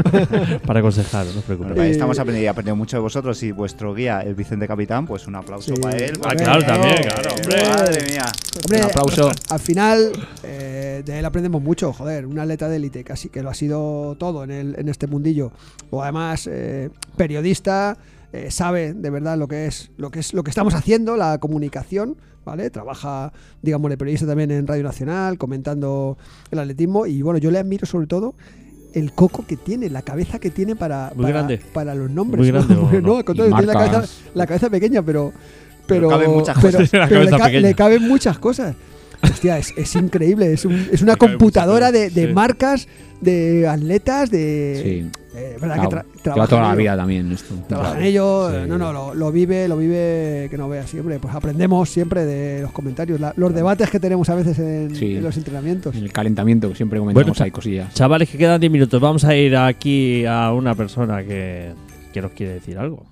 Speaker 4: Para aconsejar, no os
Speaker 5: Bueno,
Speaker 4: preocupéis.
Speaker 5: pues
Speaker 1: Eh,
Speaker 5: estamos aprendiendo, aprendiendo mucho de vosotros y vuestro guía, el Vicente Capitán, pues un aplauso
Speaker 1: Sí.
Speaker 5: para él.
Speaker 1: Ah,
Speaker 5: porque-
Speaker 1: claro, también,
Speaker 4: claro,
Speaker 5: Eh,
Speaker 4: hombre.
Speaker 5: Madre mía.
Speaker 1: Hombre,
Speaker 2: Un aplauso.
Speaker 1: Al final, eh, de él aprendemos mucho, joder, un atleta de élite, casi que lo ha sido todo en, el- en este mundillo. O además, eh, periodista, eh, sabe de verdad lo que es, lo que es lo que estamos haciendo, la comunicación, ¿vale? Trabaja, digamos, de periodista también en Radio Nacional, comentando el atletismo. Y bueno, yo le admiro sobre todo el coco que tiene, la cabeza que tiene para,
Speaker 4: Muy
Speaker 1: para-
Speaker 4: grande.
Speaker 1: para los nombres.
Speaker 4: Muy grande,
Speaker 1: ¿no?
Speaker 4: ¿o no?
Speaker 1: No, al contrario,
Speaker 2: Y
Speaker 1: tiene la
Speaker 2: marcas.
Speaker 1: cabeza, la cabeza pequeña, pero. Pero,
Speaker 5: Pero caben muchas
Speaker 1: pero-
Speaker 4: cosas. La
Speaker 1: pero le,
Speaker 4: cabeza
Speaker 1: ca-
Speaker 4: pequeña.
Speaker 1: le caben muchas cosas. Hostia, es, es increíble. Es, un- es una
Speaker 4: Me cae mucho,
Speaker 1: computadora de, de
Speaker 4: sí.
Speaker 1: marcas, de atletas, de.
Speaker 2: Sí.
Speaker 1: eh, ¿Verdad
Speaker 2: Claro,
Speaker 1: que tra-
Speaker 2: Lleva
Speaker 1: trabajan
Speaker 2: toda la
Speaker 1: ellos?
Speaker 2: vida también esto.
Speaker 1: Trabajan ellos,
Speaker 2: Sí.
Speaker 1: no, no, lo, lo vive, lo vive que no vea siempre. Pues aprendemos siempre de los comentarios, la- los debates que tenemos a veces en,
Speaker 2: Sí.
Speaker 1: en los entrenamientos.
Speaker 2: El calentamiento, que siempre comentamos
Speaker 4: Bueno,
Speaker 2: hay cosillas.
Speaker 4: Chavales, que quedan 10 minutos. Vamos a ir aquí a una persona que, que nos quiere decir algo.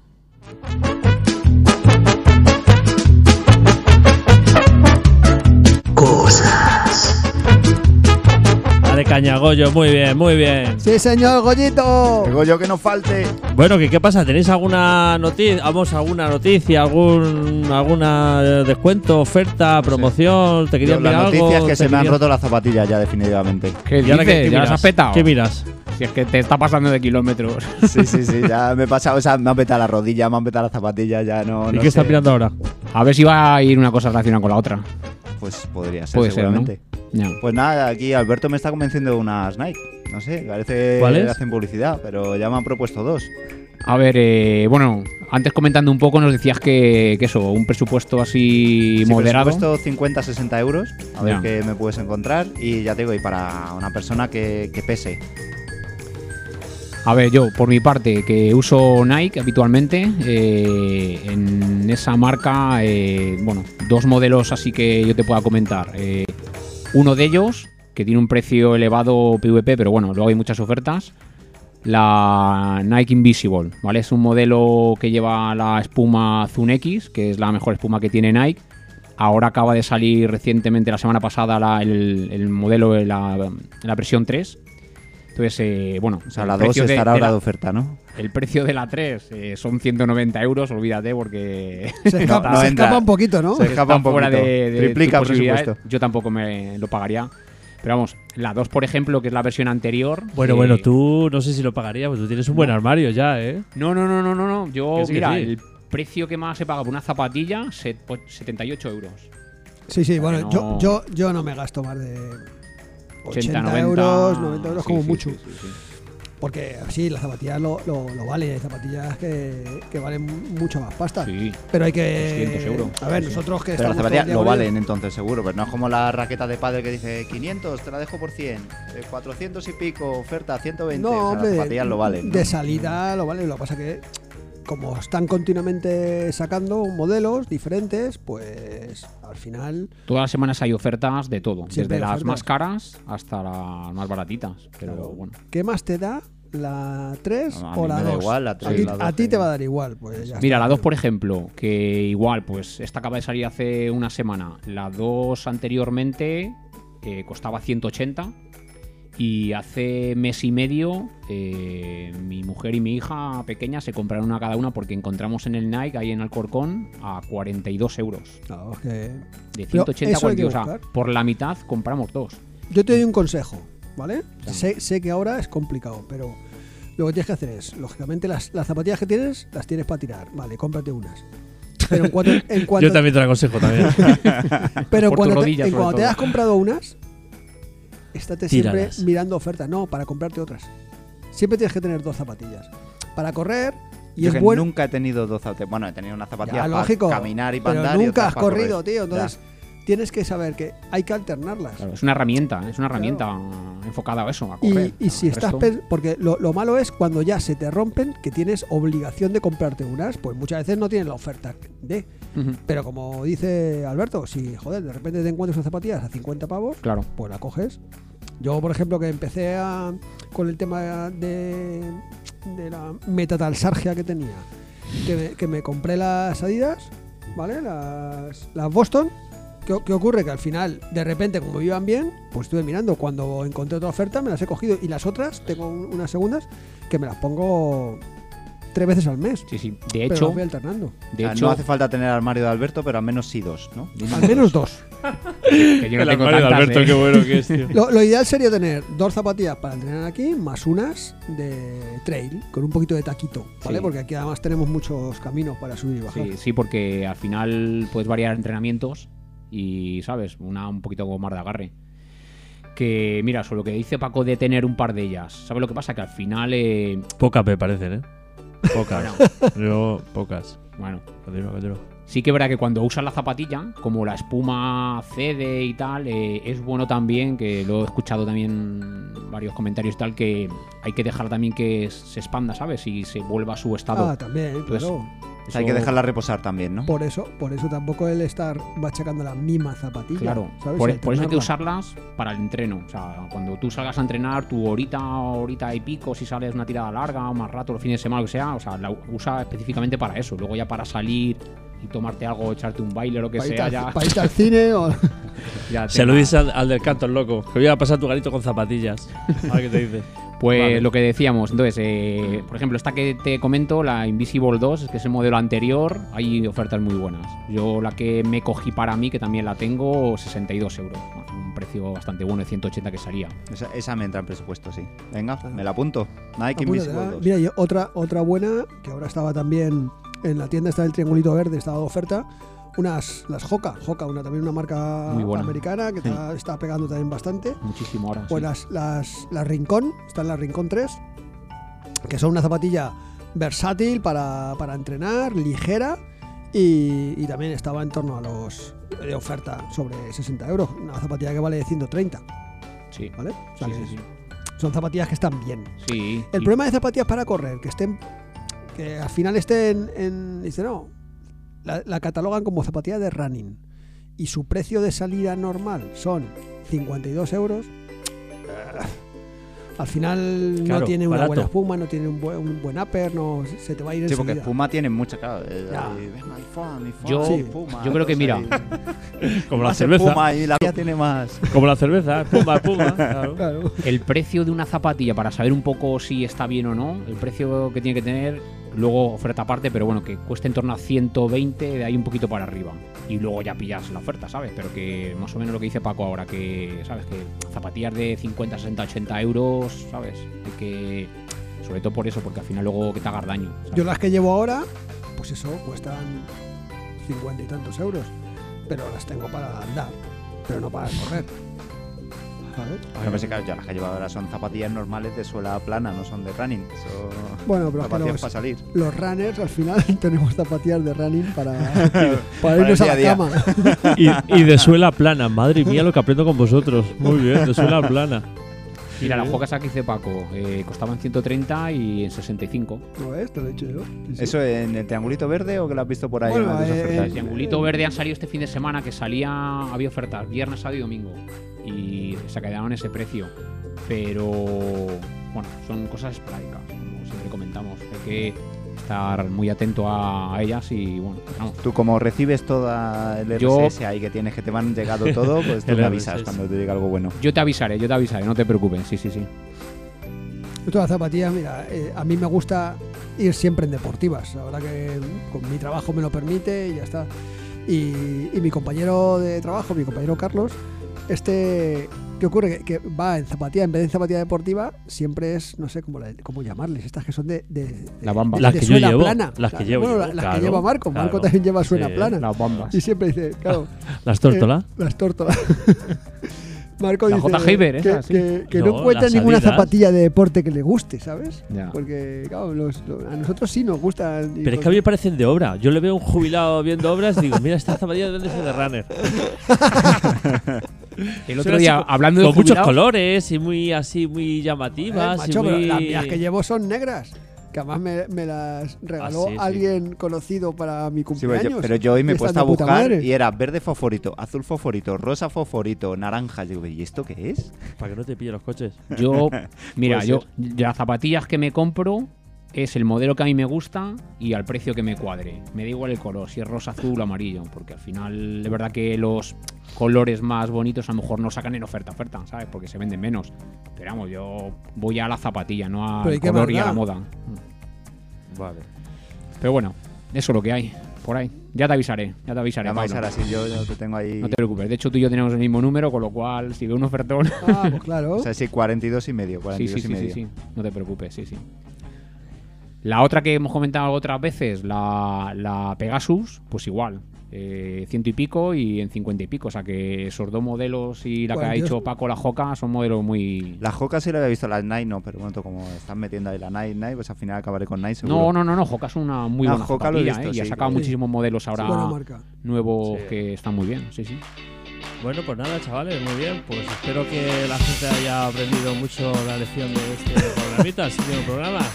Speaker 4: Cosas. de Cañagollo, muy bien, muy bien.
Speaker 1: Sí, señor Goyito.
Speaker 5: Digo yo que no falte.
Speaker 4: Bueno, ¿qué, qué pasa? ¿Tenéis alguna noticia? Vamos, alguna noticia, algún alguna eh, descuento, oferta, promoción, te
Speaker 5: Yo,
Speaker 4: querían ver
Speaker 5: las
Speaker 4: algo.
Speaker 5: noticias que
Speaker 4: ¿Te
Speaker 5: se me han
Speaker 4: querían-
Speaker 5: roto las zapatillas ya definitivamente.
Speaker 2: ¿Qué
Speaker 4: ¿Y ahora qué-
Speaker 2: dices?
Speaker 4: qué
Speaker 2: ¿Ya las
Speaker 4: miras?
Speaker 2: has petado?
Speaker 4: ¿Qué miras?
Speaker 2: Si es que te está pasando de kilómetros.
Speaker 5: Sí, sí, sí, ya me he pasado, o sea, me han petado la rodilla, me han petado las zapatillas, ya no,
Speaker 4: ¿Y
Speaker 5: no
Speaker 4: qué estás
Speaker 5: sé.
Speaker 4: mirando ahora?
Speaker 2: A ver si va a ir una cosa relacionada con la otra.
Speaker 5: Pues podría ser,
Speaker 2: Puede ser, ¿no?
Speaker 5: seguramente.
Speaker 2: Ya.
Speaker 5: Pues nada, aquí Alberto me está convenciendo de unas Nike. No sé, parece
Speaker 4: ¿Cuáles?
Speaker 5: que hacen publicidad, pero ya me han propuesto dos.
Speaker 2: A ver, eh, bueno, antes comentando un poco nos decías que, que eso, un presupuesto así
Speaker 5: Sí,
Speaker 2: moderado.
Speaker 5: presupuesto 50, 60 euros, a ver
Speaker 2: Ya.
Speaker 5: qué me puedes encontrar. Y ya te digo, y para una persona que, que pese.
Speaker 2: A ver, yo, por mi parte, que uso Nike habitualmente, eh, en esa marca, eh, bueno, dos modelos así que yo te pueda comentar. Eh, uno de ellos, que tiene un precio elevado PVP, pero bueno, luego hay muchas ofertas. La Nike Invisible, ¿vale? Es un modelo que lleva la espuma Zun X, que es la mejor espuma que tiene Nike. Ahora acaba de salir recientemente, la semana pasada, la- el, el modelo, de la, la presión 3. Entonces, eh, bueno,
Speaker 5: O sea,
Speaker 2: el
Speaker 5: la dos
Speaker 2: precio de-
Speaker 5: estará
Speaker 2: de
Speaker 5: ahora
Speaker 2: la-
Speaker 5: de oferta, ¿no?
Speaker 2: el precio de la 3 eh, son 190 euros, olvídate, porque.
Speaker 1: Se escapa,
Speaker 5: no
Speaker 1: se
Speaker 5: entra.
Speaker 1: escapa un poquito, ¿no?
Speaker 5: Se escapa
Speaker 2: está
Speaker 5: un poquito.
Speaker 2: fuera de, de
Speaker 5: Triplica,
Speaker 2: tus
Speaker 5: por
Speaker 2: posibilidades.
Speaker 5: supuesto.
Speaker 2: Yo tampoco me lo pagaría. Pero vamos, la 2, por ejemplo, que es la versión anterior.
Speaker 4: Bueno,
Speaker 2: eh,
Speaker 4: bueno, tú no sé si lo pagarías, pues tú tienes un buen armario ya, ¿eh?
Speaker 2: No, no, no, no, no. no. Yo,
Speaker 4: Que sí, que
Speaker 2: mira,
Speaker 4: sí.
Speaker 2: el precio que más se paga por una zapatilla, se- pues, po- 78 euros.
Speaker 1: Sí, sí, bueno,
Speaker 2: no.
Speaker 1: yo, yo, yo no me gasto más de 80,
Speaker 2: 80, 90
Speaker 1: euros, 90 euros
Speaker 2: sí,
Speaker 1: como
Speaker 2: sí,
Speaker 1: mucho.
Speaker 2: sí, sí, sí.
Speaker 1: Porque sí, las zapatillas lo, lo, lo valen, hay zapatillas que, que valen mucho más pasta.
Speaker 2: Sí.
Speaker 1: Pero hay que.
Speaker 2: 200 euros.
Speaker 1: A ver,
Speaker 2: Sí, sí.
Speaker 1: nosotros que
Speaker 5: Pero las
Speaker 1: estamos. todo el
Speaker 5: zapatillas
Speaker 1: día
Speaker 5: lo
Speaker 1: con ello-
Speaker 5: valen entonces, seguro. Pero no es como la raqueta de padre que dice 500, te la dejo por 100. eh, 400 y pico, oferta 120. o sea,
Speaker 1: No, hombre,
Speaker 5: ¿eh? las zapatillas lo valen. ¿no?
Speaker 1: De salida lo valen. Lo que pasa que, como están continuamente sacando modelos diferentes, pues al final.
Speaker 2: Todas las semanas hay ofertas de todo,
Speaker 1: Siempre hay
Speaker 2: desde las
Speaker 1: ofertas.
Speaker 2: más caras hasta las más baratitas. Pero
Speaker 1: claro,
Speaker 2: bueno.
Speaker 1: ¿Qué más te da? ¿La 3
Speaker 5: No, a
Speaker 1: o
Speaker 5: mí
Speaker 1: la
Speaker 5: me da
Speaker 1: 2?
Speaker 5: igual, la tres,
Speaker 1: a ti,
Speaker 5: la dos,
Speaker 1: a ti
Speaker 5: sí.
Speaker 1: te va a dar igual. Pues ya
Speaker 2: Mira,
Speaker 1: está.
Speaker 2: la 2, por ejemplo, que igual, pues esta acaba de salir hace una semana. La 2 anteriormente eh, costaba 180 y hace mes y medio eh, mi mujer y mi hija pequeña se compraron una cada una porque encontramos en el Nike, ahí en Alcorcón, a 42 euros.
Speaker 1: No, es que-
Speaker 2: De
Speaker 1: Pero
Speaker 2: 180 a
Speaker 1: eso hay que
Speaker 2: 42. O sea,
Speaker 1: buscar.
Speaker 2: por la mitad compramos dos.
Speaker 1: Yo te doy un consejo, ¿vale?
Speaker 2: Ya.
Speaker 1: Sé, sé que ahora es complicado, pero lo que tienes que hacer es, lógicamente, las, las zapatillas que tienes, las tienes para tirar. Vale, cómprate unas. Pero en cuanto, en cuanto-
Speaker 4: Yo también te lo aconsejo también.
Speaker 1: pero
Speaker 2: por tu
Speaker 1: cuando,
Speaker 2: rodilla,
Speaker 1: te, en
Speaker 2: sobre
Speaker 1: cuando te
Speaker 2: todo.
Speaker 1: has comprado unas, estate
Speaker 4: Tíralas.
Speaker 1: siempre mirando ofertas. No, para comprarte otras. Siempre tienes que tener dos zapatillas. Para correr y
Speaker 5: Yo
Speaker 1: es
Speaker 5: que
Speaker 1: bueno.
Speaker 5: nunca he tenido dos zapatillas. Bueno, he tenido una zapatilla
Speaker 1: Ya,
Speaker 5: para
Speaker 1: lógico.
Speaker 5: caminar y para
Speaker 1: pero
Speaker 5: andar. y
Speaker 1: nunca
Speaker 5: otras
Speaker 1: has
Speaker 5: para correr.
Speaker 1: corrido, tío. Entonces tienes que saber que hay que alternarlas.
Speaker 2: Claro, es una herramienta, es una herramienta enfocada a eso, a correr.
Speaker 1: Y, y si
Speaker 2: al
Speaker 1: estás
Speaker 2: resto.
Speaker 1: pen- porque lo, lo malo es cuando ya se te rompen que tienes obligación de comprarte unas, pues muchas veces no tienes la oferta de.
Speaker 2: Ujú,
Speaker 1: Pero como dice Alberto, si joder, de repente te encuentras unas zapatillas a 50 pavos,
Speaker 2: Claro.
Speaker 1: pues la coges. Yo, por ejemplo, que empecé a- con el tema de, de la metatalsargia que tenía, que me, que me compré las Adidas, ¿vale? Las, las Boston. ¿Qué, qué ocurre? Que al final, de repente, como iban bien, pues estuve mirando. Cuando encontré otra oferta, me las he cogido. Y las otras, tengo un- unas segundas, que me las pongo tres veces al mes.
Speaker 2: Sí, sí. De
Speaker 1: pero ah,
Speaker 2: hecho,
Speaker 1: las voy alternando.
Speaker 5: O
Speaker 2: de
Speaker 5: sea,
Speaker 2: hecho
Speaker 5: No hace falta tener armario de Alberto, pero al menos sí dos, ¿no?
Speaker 1: Al menos dos.
Speaker 2: que yo no
Speaker 4: El armario
Speaker 2: tengo
Speaker 4: de
Speaker 2: tantas,
Speaker 4: Alberto,
Speaker 2: ¿eh?
Speaker 4: qué bueno que es, tío.
Speaker 1: Lo, lo ideal sería tener dos zapatillas para entrenar aquí, más unas de trail, con un poquito de taquito, ¿vale?
Speaker 2: Sí.
Speaker 1: Porque aquí además tenemos muchos caminos para subir y bajar.
Speaker 2: Sí, sí, porque al final puedes variar entrenamientos y, ¿sabes? Una un poquito como más de agarre. Que, mira, sobre lo que dice Paco de tener un par de ellas, ¿sabes lo que pasa? Que al final, eh,
Speaker 4: Pocas me parecen, ¿eh? Pocas. Yo, pocas.
Speaker 2: Bueno,
Speaker 4: Continúa, continúa.
Speaker 2: sí que verá que cuando usas la zapatilla, como la espuma cede y tal, eh, es bueno también, que lo he escuchado también varios comentarios y tal, que hay que dejar también que se expanda, ¿sabes? Y se vuelva a su estado.
Speaker 1: Ah, también,
Speaker 2: Pues,
Speaker 1: claro.
Speaker 5: O sea, hay que
Speaker 2: Eso-
Speaker 5: dejarla reposar también, ¿no?
Speaker 1: Por eso, por eso tampoco el estar machacando la misma zapatilla.
Speaker 2: Claro,
Speaker 1: ¿sabes?
Speaker 2: por, e-,
Speaker 1: Y
Speaker 2: por eso hay que
Speaker 1: alternarla.
Speaker 2: usarlas para el entreno. O sea, cuando tú salgas a entrenar tu horita, horita y pico, si sales una tirada larga o más rato, los fines de semana, lo que sea, o sea, la u- usa específicamente para eso. Luego ya para salir y tomarte algo, echarte un baile o lo que
Speaker 1: Pa' irte
Speaker 2: sea,
Speaker 1: al-
Speaker 2: ya,
Speaker 1: pa' irte al cine o.
Speaker 2: ya
Speaker 4: Se
Speaker 2: te
Speaker 4: lo
Speaker 2: va.
Speaker 4: dices al, al del canto, el loco. Que voy a pasar tu garito con zapatillas. A ver qué te dice.
Speaker 2: Pues
Speaker 4: Vale.
Speaker 2: lo que decíamos, entonces, eh, por ejemplo, esta que te comento, la Invisible 2, que es el modelo anterior, hay ofertas muy buenas. Yo la que me cogí para mí, que también la tengo, 62 euros. Un precio bastante bueno de 180 que salía.
Speaker 5: Esa, esa me entra en presupuesto, sí. Venga, me la apunto. Nike
Speaker 1: Apúntatela.
Speaker 5: Invisible 2.
Speaker 1: Mira, y otra, otra buena, que ahora estaba también en la tienda, está el triangulito verde, estaba de oferta. Unas, las Hoka, Hoka, una, también una marca
Speaker 2: Muy buena.
Speaker 1: americana que está, está pegando también bastante.
Speaker 2: Muchísimo ahora.
Speaker 1: Pues
Speaker 2: sí.
Speaker 1: las, las, las Rincón, están las Rincón 3, que son una zapatilla versátil para, para entrenar, ligera y, y también estaba en torno a los de oferta sobre 60 euros. Una zapatilla que vale 130,
Speaker 2: Sí.
Speaker 1: ¿vale? O sea
Speaker 2: Sí,
Speaker 1: que
Speaker 2: sí, sí.
Speaker 1: Son zapatillas que están bien.
Speaker 2: Sí,
Speaker 1: El
Speaker 2: y-
Speaker 1: problema de zapatillas para correr, que estén. que al final estén en. dice, no. La, la catalogan como zapatilla de running. Y su precio de salida normal son 52 euros. Ah, Al final
Speaker 4: Claro,
Speaker 1: no tiene una
Speaker 4: barato.
Speaker 1: buena espuma, no tiene un buen, un buen upper, no, se te va a ir
Speaker 5: Sí, porque
Speaker 1: enseguida.
Speaker 5: espuma tienen mucha, claro. eh,
Speaker 1: Ya.
Speaker 5: ahí, ven, mi fa, mi fa,
Speaker 2: Yo-
Speaker 5: mi espuma,
Speaker 2: yo creo que, mira,
Speaker 5: entonces ahí-
Speaker 4: Como la
Speaker 5: Más
Speaker 4: cerveza.
Speaker 5: espuma y la mía tiene más.
Speaker 4: Como la cerveza. ¿eh? Puma, puma. Claro.
Speaker 1: Claro.
Speaker 2: El precio de una zapatilla, para saber un poco si está bien o no, el precio que tiene que tener, luego oferta aparte, pero bueno, que cueste en torno a 120, de ahí un poquito para arriba. Y luego ya pillas la oferta, ¿sabes? Pero que más o menos lo que dice Paco ahora, que, ¿sabes? Que zapatillas de 50, 60, 80 euros, ¿sabes? Hay que. Sobre todo por eso, porque al final luego que te hagas daño. ¿sabes?
Speaker 1: Yo las que llevo ahora, pues eso, cuestan 50 y tantos euros. Pero las tengo para andar, pero no para correr. ¿Sabes?
Speaker 5: Bueno, pues sí, claro, yo las que llevo ahora son zapatillas normales de suela plana, no son de running. Son
Speaker 1: Bueno, pero es que
Speaker 5: zapatillas
Speaker 1: los-
Speaker 5: para salir.
Speaker 1: los runners al final tenemos zapatillas de running para, para
Speaker 5: el
Speaker 1: irnos a
Speaker 5: día
Speaker 1: la
Speaker 5: a día.
Speaker 1: cama.
Speaker 4: Y, y de suela plana. Madre mía, lo que aprendo con vosotros. Muy bien, de suela plana.
Speaker 2: Mira, la
Speaker 4: Sí.
Speaker 2: juega esa que dice Paco, eh, costaban 130 y en 65.
Speaker 1: ¿No ves? Te lo he dicho yo. Sí, sí.
Speaker 5: ¿Eso en el triangulito verde o que lo has visto por ahí?
Speaker 1: Bueno,
Speaker 5: en las
Speaker 1: eh,
Speaker 5: ofertas?
Speaker 1: el-
Speaker 2: Triangulito Verde han salido este fin de semana que salía, había ofertas viernes, sábado y domingo. Y se quedaron ese precio. Pero bueno, son cosas esporádicas, como siempre comentamos. Hay que estar muy atento a, a ellas y bueno, pues vamos.
Speaker 5: Tú como recibes toda el
Speaker 2: Yo-
Speaker 5: RSS ahí que tienes que te van llegado todo, pues tú
Speaker 4: El
Speaker 5: me avisas
Speaker 4: RSS.
Speaker 5: cuando te llega algo bueno.
Speaker 2: Yo te avisaré, yo te avisaré, no te preocupes, sí, sí, sí.
Speaker 1: Esto de las zapatillas, mira, eh, a mí me gusta ir siempre en deportivas. Ahora que con mi trabajo me lo permite y ya está. Y, y mi compañero de trabajo, mi compañero Carlos, este, ¿qué ocurre? Que, que va en zapatilla, en vez de en zapatilla deportiva, siempre es, no sé cómo, la- cómo llamarles, estas que son de, de- de-
Speaker 2: La bamba.
Speaker 1: de
Speaker 4: Las que yo
Speaker 1: suela
Speaker 4: llevo,
Speaker 1: plana.
Speaker 4: las que llevo
Speaker 1: Bueno,
Speaker 4: yo,
Speaker 1: la- las
Speaker 4: claro,
Speaker 1: que lleva Marco. Marco
Speaker 4: claro.
Speaker 1: también lleva suela
Speaker 4: Sí,
Speaker 1: plana.
Speaker 2: Las bombas.
Speaker 1: Y siempre dice, claro,
Speaker 4: Las tórtolas.
Speaker 1: Eh, las tórtolas. Marco
Speaker 2: La
Speaker 1: dice
Speaker 2: J. Heiber,
Speaker 1: que,
Speaker 2: esas, sí.
Speaker 1: que- que no,
Speaker 4: ¿eh? Ah, No,
Speaker 1: encuentra
Speaker 4: las
Speaker 1: ninguna
Speaker 4: Adidas.
Speaker 1: zapatilla de deporte que le guste, ¿sabes?
Speaker 2: Ya.
Speaker 1: Porque, claro, los- lo- a nosotros sí nos eh, gustan. y
Speaker 4: Pero es
Speaker 1: con-
Speaker 4: que a mí me parecen de obra. Yo le veo a un jubilado viendo obras y digo, mira, esta zapatilla deben de ser de runner.
Speaker 2: El
Speaker 4: Son
Speaker 2: otro
Speaker 4: así
Speaker 2: día,
Speaker 4: con-
Speaker 2: hablando de
Speaker 4: Con muchos
Speaker 2: jubilados-
Speaker 4: colores y muy así, muy
Speaker 1: Eh,
Speaker 4: llamativas.
Speaker 1: macho,
Speaker 4: y
Speaker 1: pero
Speaker 4: muy...
Speaker 1: las mías que llevo son negras. Que además me, me las regaló
Speaker 4: Ah, sí, sí.
Speaker 1: alguien conocido para mi
Speaker 5: Sí, pero,
Speaker 1: cumpleaños.
Speaker 5: yo, pero yo hoy me he
Speaker 1: Y están
Speaker 5: puesto a
Speaker 1: de puta
Speaker 5: buscar
Speaker 1: madre.
Speaker 5: y era verde fosforito, azul fosforito, rosa fosforito, naranja. Yo digo, ¿y esto qué es?
Speaker 4: Para que no te pille los coches.
Speaker 2: Yo, mira,
Speaker 5: Puede
Speaker 2: yo las zapatillas que me compro es el modelo que a mí me gusta y al precio que me cuadre. Me da igual el color, si es rosa, azul o amarillo, porque al final de verdad que los colores más bonitos a lo mejor no sacan en oferta, oferta, ¿sabes? Porque se venden menos. Pero vamos, yo voy a la zapatilla, no
Speaker 1: Pero
Speaker 2: al
Speaker 1: ¿y qué
Speaker 2: color y a
Speaker 1: maldad?
Speaker 2: la moda.
Speaker 5: Vale.
Speaker 2: Pero bueno, eso es lo que hay por ahí. Ya te avisaré, ya te avisaré. Pablo.
Speaker 5: ahora sí, yo ya te tengo ahí.
Speaker 2: No te preocupes, de hecho tú y yo tenemos el mismo número, con lo cual si veo un ofertón...
Speaker 1: Ah, pues claro.
Speaker 5: O sea, sí, 42 y medio,
Speaker 2: Sí,
Speaker 5: 42
Speaker 2: sí,
Speaker 5: y
Speaker 2: sí, sí,
Speaker 5: medio.
Speaker 2: sí. No te preocupes, sí, sí. La otra que hemos comentado otras veces, la, la Pegasus, pues igual. eh, ciento y pico y en cincuenta y pico. O sea que esos dos modelos y la que ha
Speaker 1: 42.
Speaker 2: dicho Paco la Joca son modelos muy.
Speaker 5: La Joca sí la había visto, la Nike no, pero bueno, como están metiendo ahí la Nike, Nike, pues al final acabaré con Nike seguro.
Speaker 2: No, no, no, no. Joca es una muy
Speaker 5: Ah,
Speaker 2: buena
Speaker 5: Hoka lo he
Speaker 2: zapatilla,
Speaker 5: visto,
Speaker 2: ¿eh? y ha
Speaker 5: sí,
Speaker 2: sacado
Speaker 5: sí.
Speaker 2: muchísimos modelos ahora
Speaker 1: Buena marca.
Speaker 2: nuevos
Speaker 4: Sí.
Speaker 2: que están muy bien. Sí, sí.
Speaker 4: Bueno, pues nada, chavales, muy bien. Pues espero que la gente haya aprendido mucho la lección de este programita, el siguiente programa.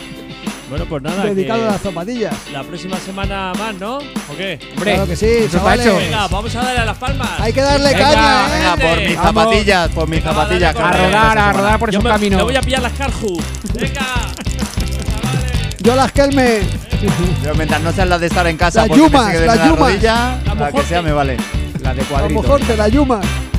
Speaker 4: Bueno, pues nada, que
Speaker 1: Dedicado a las zapatillas.
Speaker 4: la próxima semana más, ¿no? ¿O qué?
Speaker 1: Claro que sí,
Speaker 2: eso está
Speaker 1: chavales.
Speaker 2: hecho.
Speaker 4: Venga, vamos a darle a las palmas.
Speaker 1: Pues Hay que darle
Speaker 4: Venga,
Speaker 1: caña, ¿eh?
Speaker 5: Venga, por mis
Speaker 4: Vamos.
Speaker 5: zapatillas, por mis
Speaker 4: Venga, va, dale,
Speaker 5: zapatillas.
Speaker 4: por
Speaker 2: A
Speaker 5: claro.
Speaker 4: ahí.
Speaker 2: rodar, a rodar por
Speaker 4: Yo
Speaker 2: esos
Speaker 4: me-
Speaker 2: caminos.
Speaker 4: Me voy a pillar las Carju. Venga. Chavales,
Speaker 1: Yo las Kelme.
Speaker 5: Pero mientras no sean las de estar en casa,
Speaker 1: Las
Speaker 5: porque me
Speaker 1: yumas,
Speaker 5: se queden
Speaker 1: las
Speaker 5: en la
Speaker 1: yumas.
Speaker 5: rodilla,
Speaker 4: La
Speaker 5: la que
Speaker 4: mojón.
Speaker 5: sea me vale. La de
Speaker 1: A lo
Speaker 5: cuadrito.
Speaker 1: mejor te la yumas.